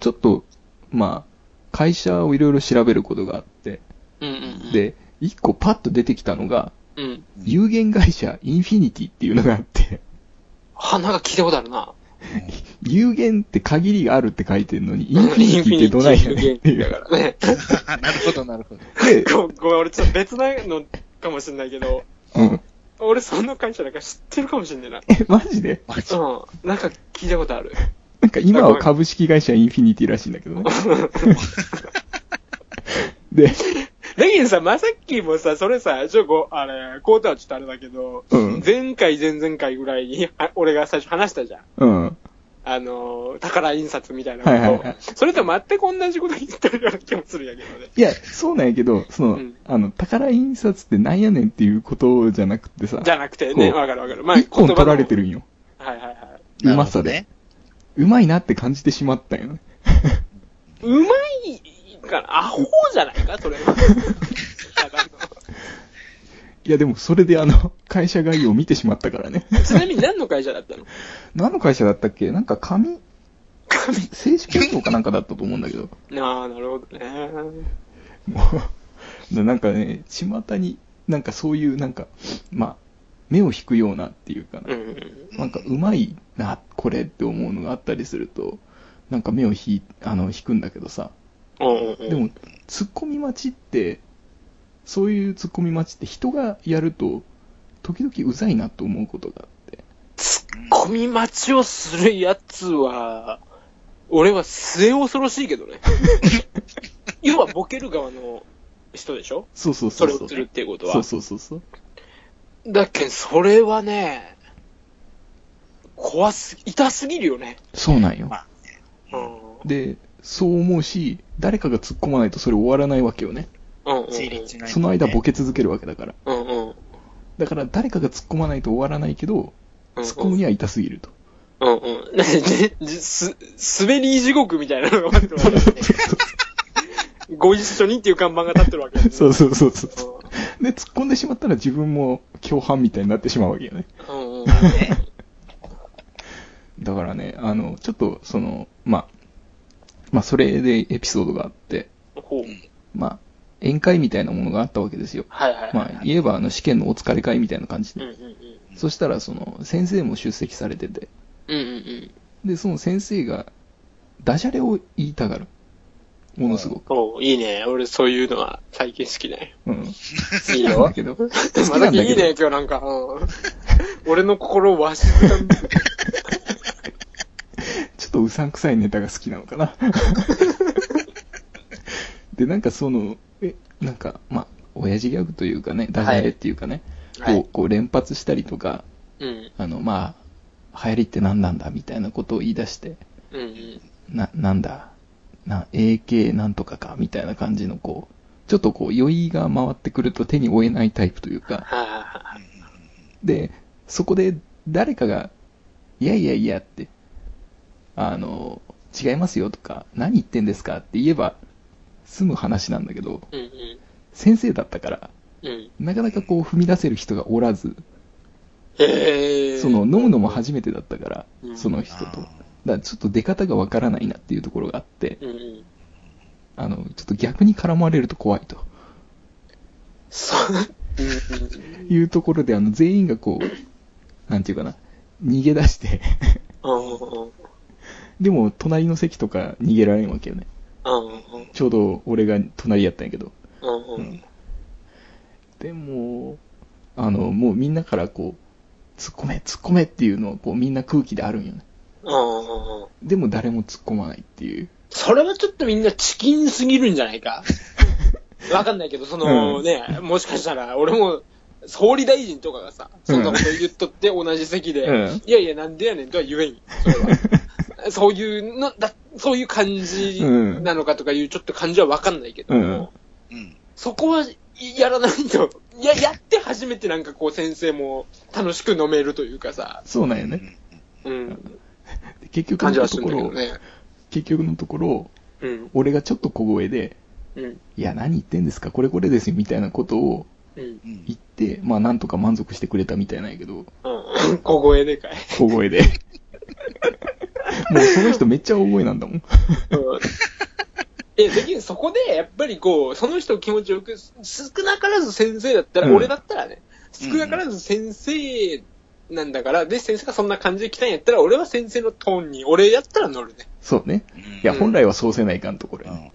A: ちょっと、まあ、会社をいろいろ調べることがあって、
C: うんうん。、
A: で、一個パッと出てきたのが、
C: うん。
A: 有限会社インフィニティっていうのがあって、
C: 鼻が聞いたことあるな。
A: 有限って限りがあるって書いてるのに、インフィニティってどないやねんっていう。
C: だからね。
B: なるほど、なるほど。
A: で、
C: ごごめん、俺ちょっと別なのかもしれないけど、
A: うん。
C: 俺そんな会社なんか知ってるかもしれないな。
A: え、マジで
B: マジ。
C: うん。なんか聞いたことある。
A: なんか今は株式会社インフィニティらしいんだけどね。で、
C: レギンさ、まさっきもさ、それさ、ちょ、ご、あれ、コートはちょっとあれだけど、
A: うん
C: 前回、前々回ぐらいに、あ俺が最初話したじゃん。
A: うん。
C: あのー、宝印刷みたいなこと、
A: はいはいはい
C: それと全く同じこと言ってるような気もするんやけどね。
A: いや、そうなんやけど、その、
C: うん
A: あの、宝印刷ってなんやねんっていうことじゃなくてさ、
C: じゃなくてね、
A: こう
C: わかるわかる。まあ、
A: 一本取られて
C: る。
A: るんよ。
C: はいはいはい。
A: うまさで。うまいなって感じてしまったんよね。
C: うまいから、アホじゃないか、それ は。ただ
A: いや、でもそれであの、会社概要を見てしまったからね。
C: のちなみに何の会社だったの
A: 何の会社だったっけなんか紙、正式運動かなんかだったと思うんだけど。
C: ああ、なるほどね。
A: もう、ななんかね、巷に、なんかそういう、なんか、まあ、目を引くようなっていうか
C: う
A: な、
C: ん。
A: なんかうまいな、これって思うのがあったりすると、なんか目を引いあの引くんだけどさ、
C: うんうん。
A: でも、ツッコミ待ちって、そういうツッコミ待ちって人がやると、時々うざいなと思うことがあって。
C: 込み待ちをするやつは、俺は末恐ろしいけど ね。要はボケる側の人でしょ
A: そうそうそ
C: そうれ
A: そ
C: を
A: う。
C: するっていうことは。
A: そうそうそうそう。
C: だっけん、それはね、怖すぎ、痛すぎるよね。
A: そうなんよ
B: ま。あ
C: うん。
A: で、そう思うし、誰かが突っ込まないとそれ終わらないわけよね。
C: うん、うん。
B: 成立しない。
A: その間ボ
B: ケ。
A: ケ続けるわけだから。
C: うんうん。
A: だから誰かが突っ込まないと終わらないけど、
C: うん
A: ツッコミは痛すぎると。
C: うんうん。なんで、す、滑り地獄みたいなのが待ってるわけですね。ご一緒にっていう看板が立ってるわけですね。
A: そうそうそうそう。
C: そ
A: で、突っ込んでしまったら自分も共犯みたいになってしまうわけよね。
C: うん。うんうん。
A: だからね、あの、ちょっと、その、まあ、まあ、それでエピソードがあって、
C: ほう。
A: まあ、宴会みたいなものがあったわけですよ。
C: はいはい。
A: まあ、言えば、あの、試験のお疲れ会みたいな感じ
C: うんう
A: で。
C: んうん。
A: そしたら、その、先生も出席されてて、
C: うんうん
A: で、その先生が、ダジャレを言いたがる。ものすごく。
C: うん。おういいね。俺そういうのは最近好きだよ。
A: うん。好
C: いい
A: きなん
C: よ
A: だ。けど。
C: ま
A: きなんだけど
C: さきいいね、今日なんか。うん、俺の心をわしづかみ。
A: ちょっとうさんくさいネタが好きなのか な。で、なんかその、え、なんか、まあ、親父ギャグというかね、ダジャレっていうかね、
C: はい
A: こう、こう連発したりとか、
C: うん。
A: あの、まあ、流行りって何なんだみたいなことを言い出して、
C: うんうん。
A: な、なんだ、な、AK なんとかか、みたいな感じのこう、ちょっとこう、酔いが回ってくると手に負えないタイプというか、
C: はいはいはい。
A: で、そこで誰かが、いやいやいやって、あの、違いますよとか、何言ってんですかって言えば済む話なんだけど、
C: うん
A: 先生だったから、
C: うん。うん。
A: なかなかこう踏み出せる人がおらず、
C: へえ。
A: その飲むのも初めてだったか
C: う
A: ら、
C: ん
A: その人と。だからちょっと出方がわからないなっていうところがあって、
C: うんうん。
A: あの、ちょっと逆に絡まれると怖いと
C: そう。うんうん。
A: いうところで、あの、全員がこう、なんていうかな、逃げ出して、
C: うんうんうん。
A: でも隣の席とか逃げられんわけよね。
C: うんうん
A: ちょうど俺が隣やったんやけど。
C: うんう
A: うんん。でも、あの、もうみんなからこう、突っ込め、突っ込めっていうのをこうみんな空気であるんよね。
C: うんうんうん。
A: でも誰も突っ込まないっていう。
C: それはちょっとみんなチキンすぎるんじゃないかわかんないけど、その
A: うん
C: ね、もしかしたら、俺も、総理大臣とかがさ、そんなこと言っとって同じ席で、
A: うん
C: いやいや、なんでやねんとは言えんよ。そ れはそういうのだ、そういう感じなのかとかいうちょっと感じはわかんないけども、
A: うん
B: うん。
C: そこはやらないと、いや、やって初めてなんかこう先生も楽しく飲めるというかさ、
A: そうなんよね。
C: うん、
A: で結局
C: 感じ
A: の
C: は
A: と
C: する
A: こ
C: んだけ
A: ろ、
C: どね。
A: 結局のところ、
C: うん、
A: 俺がちょっと小声で、
C: うん、
A: いや、何言ってんですかこれこれですよ、みたいなことを
C: うん、
B: うん。
A: 言って、まあ、なんとか満足してくれたみたいなんやけど、
C: うん、小声でかい。
A: 小声で。もうその人めっちゃ大声なんだもん。
C: うん え、できるそこで、やっぱりこう、その人の気持ちをよく、少なからず先生だったら、
A: うん
C: 俺だったらね、少なからず先生なんだから、で、先生がそんな感じで来たんやったら、俺は先生のトーンに、俺やったら乗るね。
A: そうね。
B: うん
A: いや、本来はそうせないかんところ
B: う
A: やね
B: ん
A: だか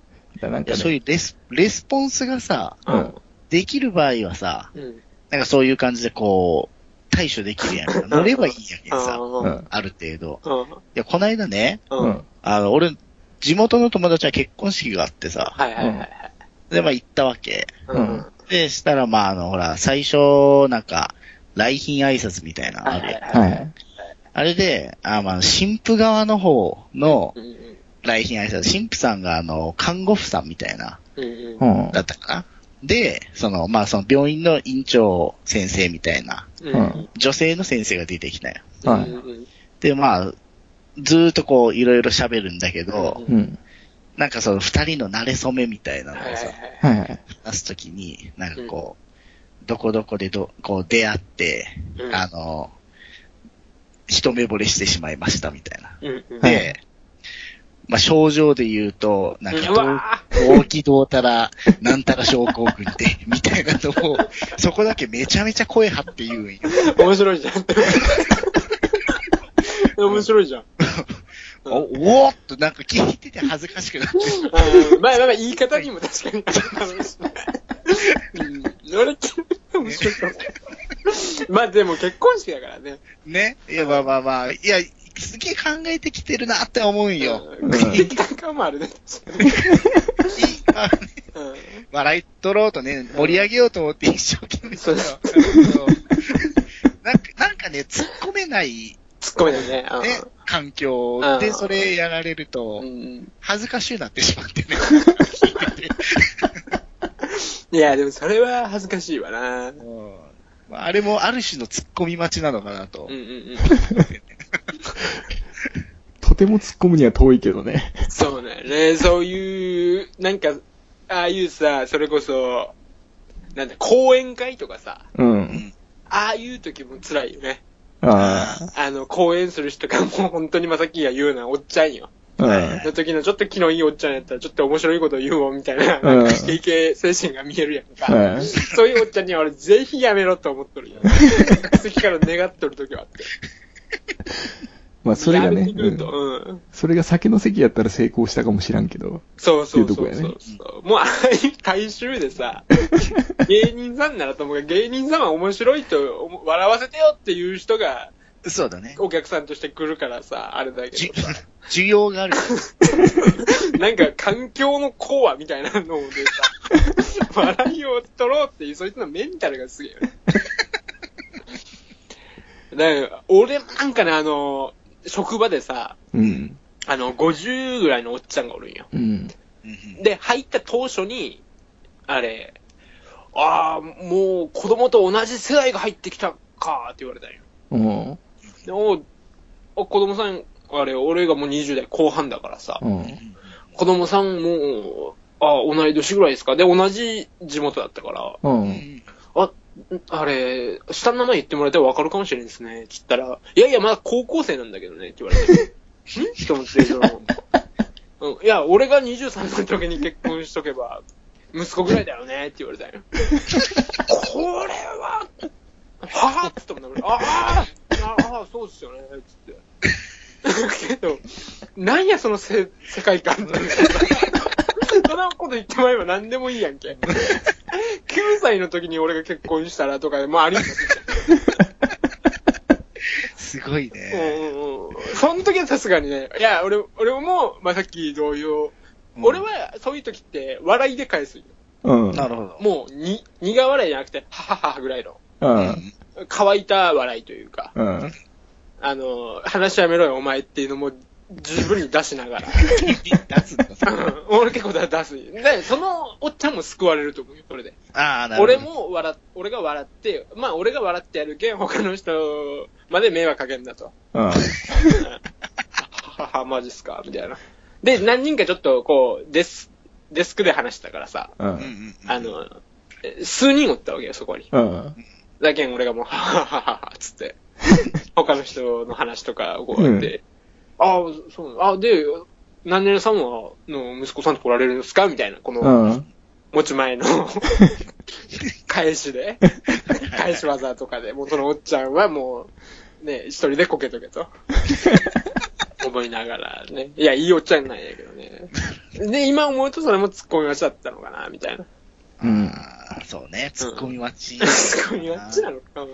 A: らなん
B: い
A: か
B: や
A: ね。
B: そういうレス、レスポンスがさ、
A: うん。
B: できる場合はさ、
C: うん。
B: なんかそういう感じでこう、対処できるやんか。 乗ればいいやけ
C: あ
B: ん
A: う
B: さ、
C: ー
A: ん。
B: ある程度。
C: うん。
B: いや、こないだね、
A: う
C: うん。
A: ん。
B: あの、俺、地元の友達は結婚式があってさ、
C: はいはいはいはい。
B: で、まあ行ったわけ。
A: うん
C: うん。
B: で、したら、まああの、ほら、最初、なんか、来賓挨拶みたいなの
C: は
B: あ
C: いは
B: るやん
C: いはい。
A: はい。
B: あれで、あまあ、神父側の方の
C: うんうん
B: 来賓挨拶、神父さんがあの、看護婦さんみたいな、
C: うん
A: う
C: うん
A: ん
B: だ。ったかな。で、その、まあその病院の院長先生みたいな、
C: うんうん
B: 女性の先生が出てきたよ。
A: はい
C: うんうん
B: で、まあ、ずーっとこう、いろいろ喋るんだけど、
C: うん
A: うん。
B: なんかその二人の馴れ初めみたいなの
C: は
B: を
C: いはい
B: さ
C: は、
A: はいはい。
B: 話すときに、なんかこう、どこどこでど、こう出会って、
C: いうん
B: あの、一目惚れしてしまいましたみたいな。
C: うんうん
A: はい
B: で、まあ、症状で言うと、なん
C: うわ
B: か、大気道たら、なんたら症候群で、 みたいなのを、そこだけめちゃめちゃ声張って言うんよ。
C: 面白いじゃ ん。面白いじゃん。
B: お、おーっと、なんか聞いてて恥ずかしくなって。
C: うんまあまあ言い方にも確かにあるかもしれない。うん俺って面白いかも。まあでも結婚式だからね。
B: ね。いや、まあまあまあ、いや、すげえ考えてきてるなって思うんよ。
C: うん食ってきた感もあるね。確か
B: い
C: に
B: いあ笑い取ろうとね、盛り上げようと思って一生懸命
C: そう
B: だけど なんか、なんかね、突っ込めない、
C: 突っ込めないね。うん
B: ね、環境
C: う
B: で、
C: ん
B: それやられる
C: う
B: と、
C: ん
B: 恥ずかしいなってしまってね。
C: いや、でもそれは恥ずかしいわ な。
B: うんあれもある種の突っ込み待ちなのかなと。
C: うんうんうん。
A: とても突っ込むには遠いけどね。
C: そうね。ね、そういう、なんか、ああいうさ、それこそ、なんだ、講演会とかさ、
A: うん。
C: ああいう時も辛いよね。
A: ああ。
C: あの、講演する人がもう本当にまさきが言うな、おっちゃんよ。
A: うん。
C: の時のちょっと気のいいおっちゃんやったら、ちょっと面白いこと言おうみたいな、
A: う
C: なんんかイケイケ精神が見えるやん
A: う
C: か。
A: ん
C: そういうおっちゃんには俺ぜひやめろと思っとるよ。次から願っとる時はあって。
A: まあ、それが
C: や
A: ね、
C: めてくる
A: う
C: と
A: ん
C: うん
A: それが酒の席やったら成功したかもしらんけど。
C: そうそうそうそ
A: っ
C: う
A: ていうと
C: そう、もうああいう大衆でさ、芸人さんならともかく芸人さんは面白いと思う笑わせてよっていう人が
B: そうだね。
C: お客さんとして来るからさ、あれだけ
B: じ
C: どさ、
B: 需要があ る。
C: なんか環境のコアみたいなのでさ、笑いを取ろうっていう、そいつのメンタルがすげえよね。なんか俺なんかね、あの、職場でさ、
A: うん。
C: あの、50ぐらいのおっちゃんがおるんよ。
A: うん。
B: うん
C: で、入った当初に、あれ、ああ、もう子供と同じ世代が入ってきたかって言われたんよ。
A: うん。
C: でおお子供さん、あれ、俺がもう20代後半だからさ、
A: うん。
C: 子供さんも、ああ、同い年ぐらいですか。で、同じ地元だったから、
A: うん。
C: んあれ、下の名前言ってもらえたらわかるかもしれんですね。つったら、いやいや、まだ高校生なんだけどね、って言われて。んと思って、その、うん、いや、俺が23の時に結婚しとけば、息子ぐらいだよね、って言われたよ。これは、はぁって言ったもんだから、あーあー、そうですよね、つって。けど、なんやそのせ世界観って。そんなこと言ってまえば何でもいいやんけ。9歳の時に俺が結婚したらとかでもありますよ
B: すごいね。
C: うんうんうんその時はさすがにね、いや、俺、俺も、まあ、さっき同様、
B: うん
C: 俺、はそういう時って笑いで返すよ。
A: うん。
B: なるほど。
C: もう、に、苦笑いじゃなくて、はははぐらいの、
A: うん。
C: 乾いた笑いというか、
A: うん。
C: あの、話やめろよ、お前っていうのも、十分に出しな がら。
B: 出すんだ。
C: うん俺結構だ出す。で、そのおっちゃんも救われると思うよ、それで。
B: ああ、なるほど。
C: 俺、も笑っ、俺が笑って、まあ俺が笑ってやるけん、他の人まで迷惑かけんなと。
A: うん。
C: ははは、マジっすかみたいな。で、何人かちょっとこう、デス、デスクで話したからさ、
A: う。
B: うんうんんうん、
C: あ、の、え数人おったわけよ、そこに。
A: うん。
C: だけん俺がもう、は はははは、つって、他の人の話とかをこうやって、ああ、そう、あで、何年さんは、の息子さんと来られるんですかみたいな、こ
A: う
C: の、
A: ん。
C: 持ち前の 返しで、返し技とかで、もうそのおっちゃんはもう、ね、一人でこけとけと。思いながらね。いや、いいおっちゃんなんやけどね。で、今思うとそれも突っ込みましだったのかな、み たいな。
A: うん。
B: あーそうね、突っ込み待ち。
C: 突っ込みはっちなのかな。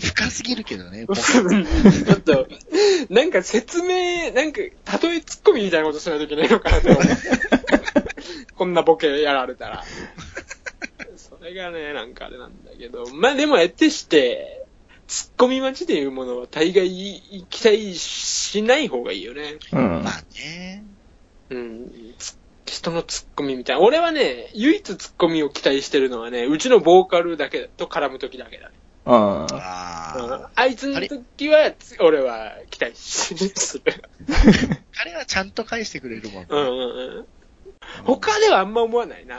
B: 深すぎるけどね、僕
C: ちょっと、なんか説明、なんか、たとえツッコミみたいなことしないといけないのかなと思う。こんなボケやられたら。それがね、なんかあれなんだけど。まあでも、えってして、ツッコミ待ちっていうものは大概期待しない方がいいよね。
A: うん
B: ま。あね。
C: うん。つ人のツッコミみたいな。俺はね、唯一ツッコミを期待してるのはね、うちのボーカルだけと絡むときだけだね。
A: うん。
C: うん
B: ああ。
C: あいつの時は、つ俺は期待しする。
B: 彼はちゃんと返してくれるもんね。
C: うんうんうん。他ではあんま思わないな。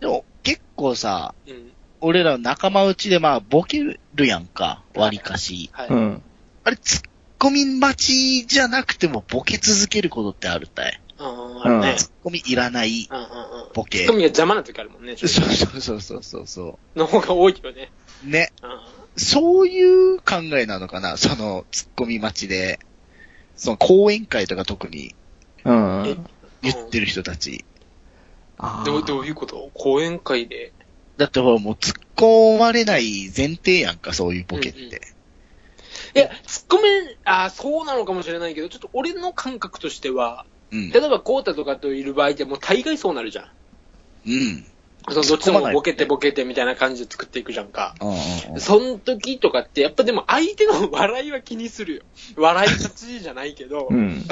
B: でも、結構さ、
C: うん。
B: 俺らの仲間内でまあ、ボケるやんか、割かし。
C: はい。
A: うん。
B: あれ、突っ込み待ちじゃなくてもボケ続けることってあるたい。
C: ああ、あるね。
B: 突っ込みいらない、
C: うんうんうん。
B: ボケ
C: ツッコミが邪魔な時あるもんね。
B: そうそうそうそうそうそ
C: の方が多いけどね。
B: う。ね。
C: うん。
B: そういう考えなのかなその、突っ込み待ちで。その、講演会とか特に
A: うん。
C: え
B: 言ってる人たち。
A: あ
C: どう、どういうこと講演会で。
B: だってほら、もう突っ込まれない前提やんか、そういうボケっ
C: うんうん
B: て。
C: いや、ツッコミ、ああ、そうなのかもしれないけど、ちょっと俺の感覚としては、
B: うん。
C: 例えばコータとかといる場合ってもう大概そうなるじゃ
B: う
C: ん。
B: ん。
C: そのどっち
B: 突っ込まな
C: も
B: い
C: ボケてボケてみたいな感じで作っていくじゃんか。
B: うんうんうん
C: その時とかって、やっぱでも相手の笑いは気にするよ。笑い勝ちじゃないけど
A: う、ん。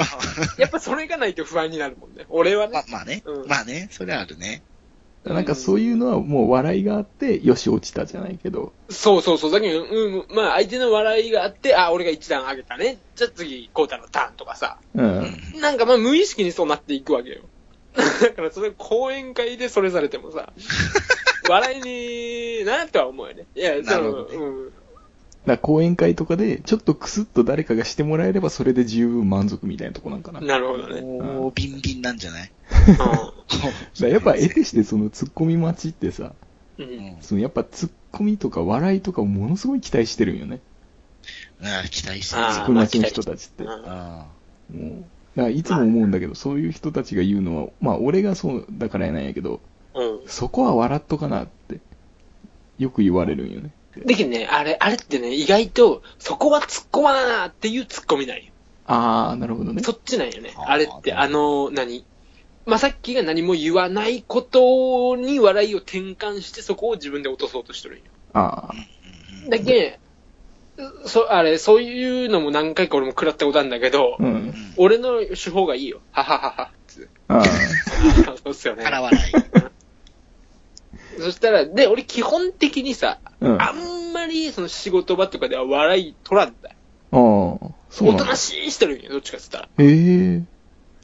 C: やっぱそれがないと不安になるもんね。俺はね
B: ま。あまあね
C: う。ん
B: まあね。それはあるね。
A: なんかそういうのはもう笑いがあって、よし、落ちたじゃないけど、
C: そうそうそう、だけど、うん、まあ相手の笑いがあって、あ、俺が一段上げたね。じゃあ次、コータのターンとかさ。
A: うん。
C: なんかまあ無意識にそうなっていくわけよ。 だからそれ講演会でそれされて もさ、笑いになとは思うよね。いや、そ
B: なる
C: の、
B: ほどね
C: うん。
A: だから講演会とかで、ちょっとクスッと誰かがしてもらえれば、それで十分満足みたいなとこなんかな。だか
C: なるほどね。
B: もう、ビンビンなんじゃない
A: らやっぱ、得てして、そのツッコミ待ちってさ、
C: うん。う
B: うんん、
A: そのやっぱツッコミとか笑いとかをものすごい期待してるんよね。
B: ああ期待し
A: ツ
B: て
A: ッ
C: あ
A: コミ待ちの人たちって。
C: う
A: も
C: ん
B: あ
A: うだからいつも思うんだけど、そういう人たちが言うのは、まあ俺がそうだからやなんやけど、
C: うん。
A: そこは笑っとかなって、よく言われるんよね。
C: でけどね、あれ、あれってね、意外と、そこは突っ込まななっていう突っ込みなんよ。
A: あー、なるほどね。
C: そっちなんよね。
B: あー
C: あれって、あの、何まさっきが何も言わないことに笑いを転換して、そこを自分で落とそうとしてるんよ。
A: あー。
C: だけ、そ、あれ、そういうのも何回か俺も食らったことあるんだけど、
A: うん。
C: 俺の手法がいいよ。ははは は。つ
A: あー。
C: そうっすよね。
B: 腹笑い。
C: そしたら、で、俺基本的にさ、
A: うん。
C: あんまりその仕事場とかでは笑い取らんだよ。
A: ああ、そう
C: お
A: な
C: と
A: ん
C: な
A: だ。
C: しいしてるんよ、どっちかって言ったら。
A: え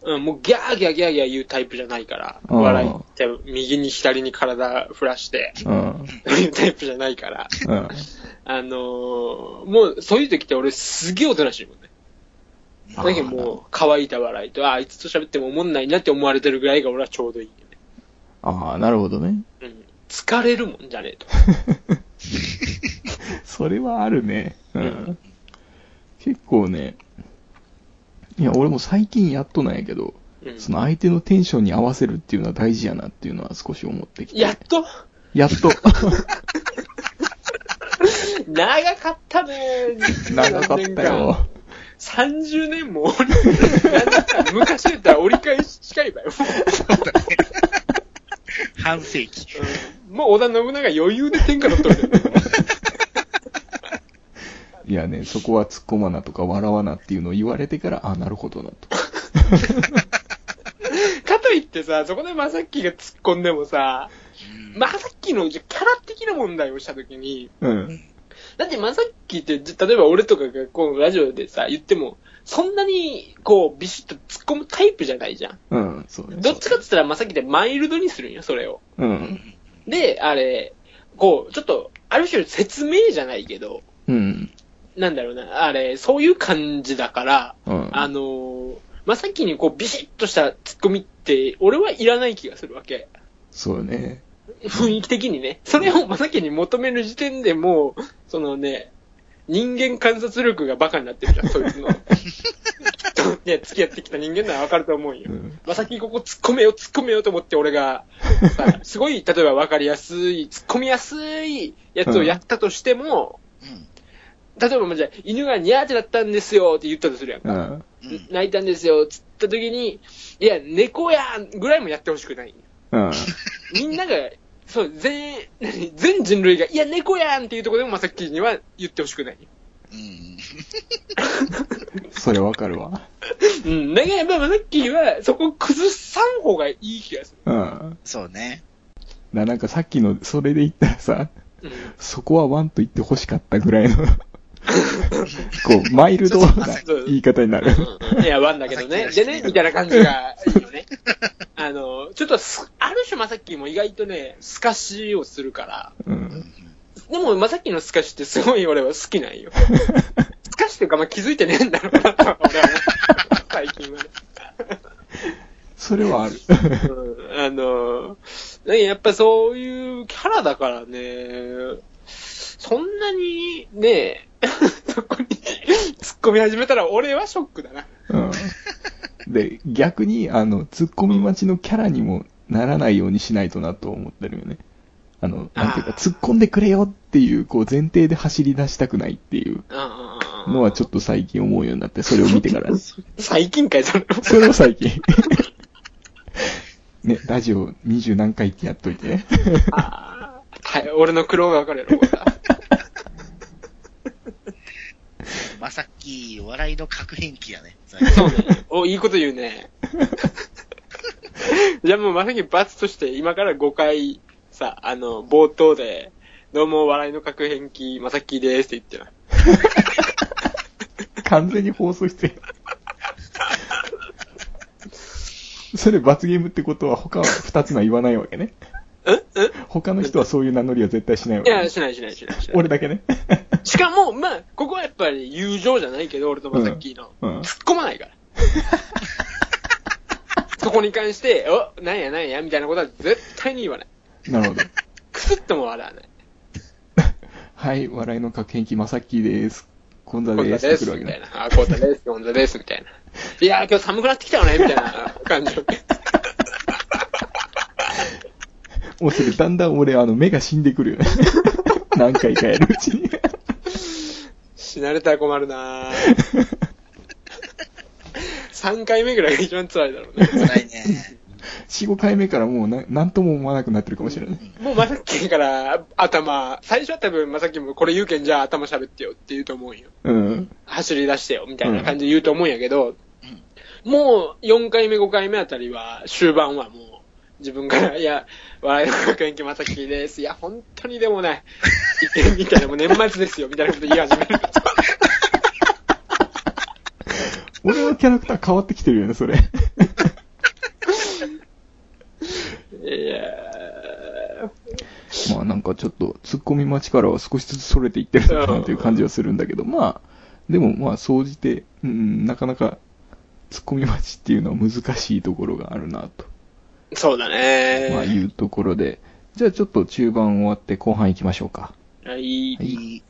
A: え
C: うん、もうギャーギャーギャーギャー言うタイプじゃないから、
A: うん
C: 笑いって右に左に体振らして、
A: うん。
C: 言 うタイプじゃないから、
A: うん。
C: あのーもうそういう時って俺すげえおとなしいもんね。だけどもう乾いた笑いと、ああいつと喋っても思んないなって思われてるぐらいが俺はちょうどいいよね。
A: ああ、なるほどね。
C: うん。疲れるもんじゃねえと。
A: それはあるね。う
C: うんん。
A: 結構ね、いや、俺も最近やっとなんやけど、
C: うん。
A: その相手のテンションに合わせるっていうのは大事やなっていうのは少し思ってきて。
C: やっと
A: やっ と。
C: 長かったね。
A: 長かったよ。
C: 30年も折りなんか昔だったら折り返し近いわよ。
B: 半世紀。
C: うんもう織田信長余裕で天下取ってる。
A: いやね、そこは突っ込まなとか笑わなっていうのを言われてから、あ、なるほどなと。
C: かといってさ、そこでまさっきが突っ込んでもさ、まさっきのじゃキャラ的な問題をしたときに、
A: うん。
C: だってまさっきって、じゃ例えば俺とかがこのラジオでさ、言っても、そんなにこうビシッと突っ込むタイプじゃないじゃん。
A: うん、そうね。
C: どっちかって言ったらまさっきでマイルドにするんよ、それを。
A: うん。
C: で、あれ、こう、ちょっと、ある種説明じゃないけど、
A: うん。
C: なんだろうな、あれ、そういう感じだから、
A: うん。
C: あのー、まさっきにこうビシッとしたツッコミって、俺はいらない気がするわけ。
A: そうね。
C: 雰囲気的にね。それをまさきに求める時点でもう、そのね、人間観察力がバカになってるじゃん、そいつの。 きっとね、付き合ってきた人間ならわかると思うよ
A: う。ん。
C: まさきここ突っ込めよ、突っ込めよと思って俺が、さすごい、例えばわかりやすい、突っ込みやすいやつをやったとしても、
B: うん。
C: 例えばまあじゃあ犬がニャーってなったんですよって言ったとするや ん
A: う
C: か。
A: ん。
B: うん。
C: 泣いたんですよ、つった時に、いや、猫やんぐらいもやってほしくない。
A: うん。
C: みんなが、そう、全、何全人類が、いや、猫やんっていうところでもまさっきには言ってほしくない。
B: うん。
A: それわかるわ。
C: うん。だからやっぱまさっきは、そこを崩さん方がいい気がす
A: うん。
B: そうね。
A: な、なんかさっきの、それで言ったらさ、
C: る。うん。
A: そこはワンと言って欲しかったぐら いの、こう、マイルドな言い方になる。
C: いや、ワンだけどね。でね、みたいな感じがいいよね。あの、ちょっとす、ある種まさっきも意外とね、透かしをするから。
A: うん。
C: でも、まさっきの透かしってすごい俺は好きなんよ。透かしというか、まあ、気づいてねえんだろうなとは俺は思う、最近はね。
A: それはある。
C: うんあのー、ねやっぱそういうキャラだからね、そんなにね、 そこに突っ込み始めたら俺はショックだな。
A: うん。で、逆に、あの、ツッコミ待ちのキャラにもならないようにしないとなと思ってるよね。あの、なんていうか、
C: あー
A: 突っ込んでくれよっていう、こう、前提で走り出したくないっていうのはちょっと最近思うようになって、それを見て から。
C: 最近かい、それ
A: それを最近。 ね、ラジオ二十何回ってやっといてね。
C: あーはい、俺の苦労がわかるやろ、これは
B: まさっき、笑いの核変期やね。
C: そうね。お、いいこと言うね。 じゃあもうまさに罰として、今から5回、さ、あの、冒頭で、どうも、笑いの核変期、まさきでーすって言ってな。
A: 完全に放送してる。 それ罰ゲームってことは他は二つのは言わないわけね。他の人はそういう名乗りは絶対しないわ
C: い
A: け、
C: や、
A: ね。
C: しないしないしないしない。
A: 俺だけね。
C: しかも、まあ、ここはやっぱり友情じゃないけど、俺とまさきの。
A: うん。
C: 突っ込まな いから。そこに関して、お、なんやなんや、みたいなことは絶対に言わない。
A: なるほど。
C: くすっとも笑わない。
A: はい、笑いの核変器まさっきです。こんざ
C: こん
A: で
C: な
A: す。っ
C: で
A: て
C: す、
A: くる
C: み
A: わけ
C: た
A: ね。
C: いな。あ、こんなです、こんなです、みたいな。いやー、今日寒くなってきたよね、みたいな感じ。
A: もうそれだんだん俺、あの、目が死んでく るよね。何回かやるうちに。
C: 死なれたら困るなぁ。3回目ぐらいが一番辛いだろうね。
B: 辛いね。
A: 4、5回目からもうな、なんとも思わなくなってるかもしれない。
C: もうまさっきから頭、最初は多分まさっきもこれ言うけんじゃあ頭喋ってよって言うと思うんよ。
A: うん。
C: 走り出してよみたいな感じで言うと思うんやけど、もう4回目5回目あたりは終盤はもう自分から、いや、笑いの学園期まさきです。いや、本当にでもね、言ってみたいな、もう年末ですよみたいなこと言い始める。
A: 俺のキャラクター変わってきてるよね、それ。
C: いやー
A: まあなんかちょっと、突っ込み待ちからは少しずつ逸れていってるのかなという感じはするんだけど、まあ、でもまあ、総じて、うん、なかなか、突っ込み待ちっていうのは難しいところがあるなと。
C: そうだね
A: まあ、いうところで。じゃあちょっと中盤終わって後半行きましょうか。
C: は
A: は
C: い
A: い
B: いい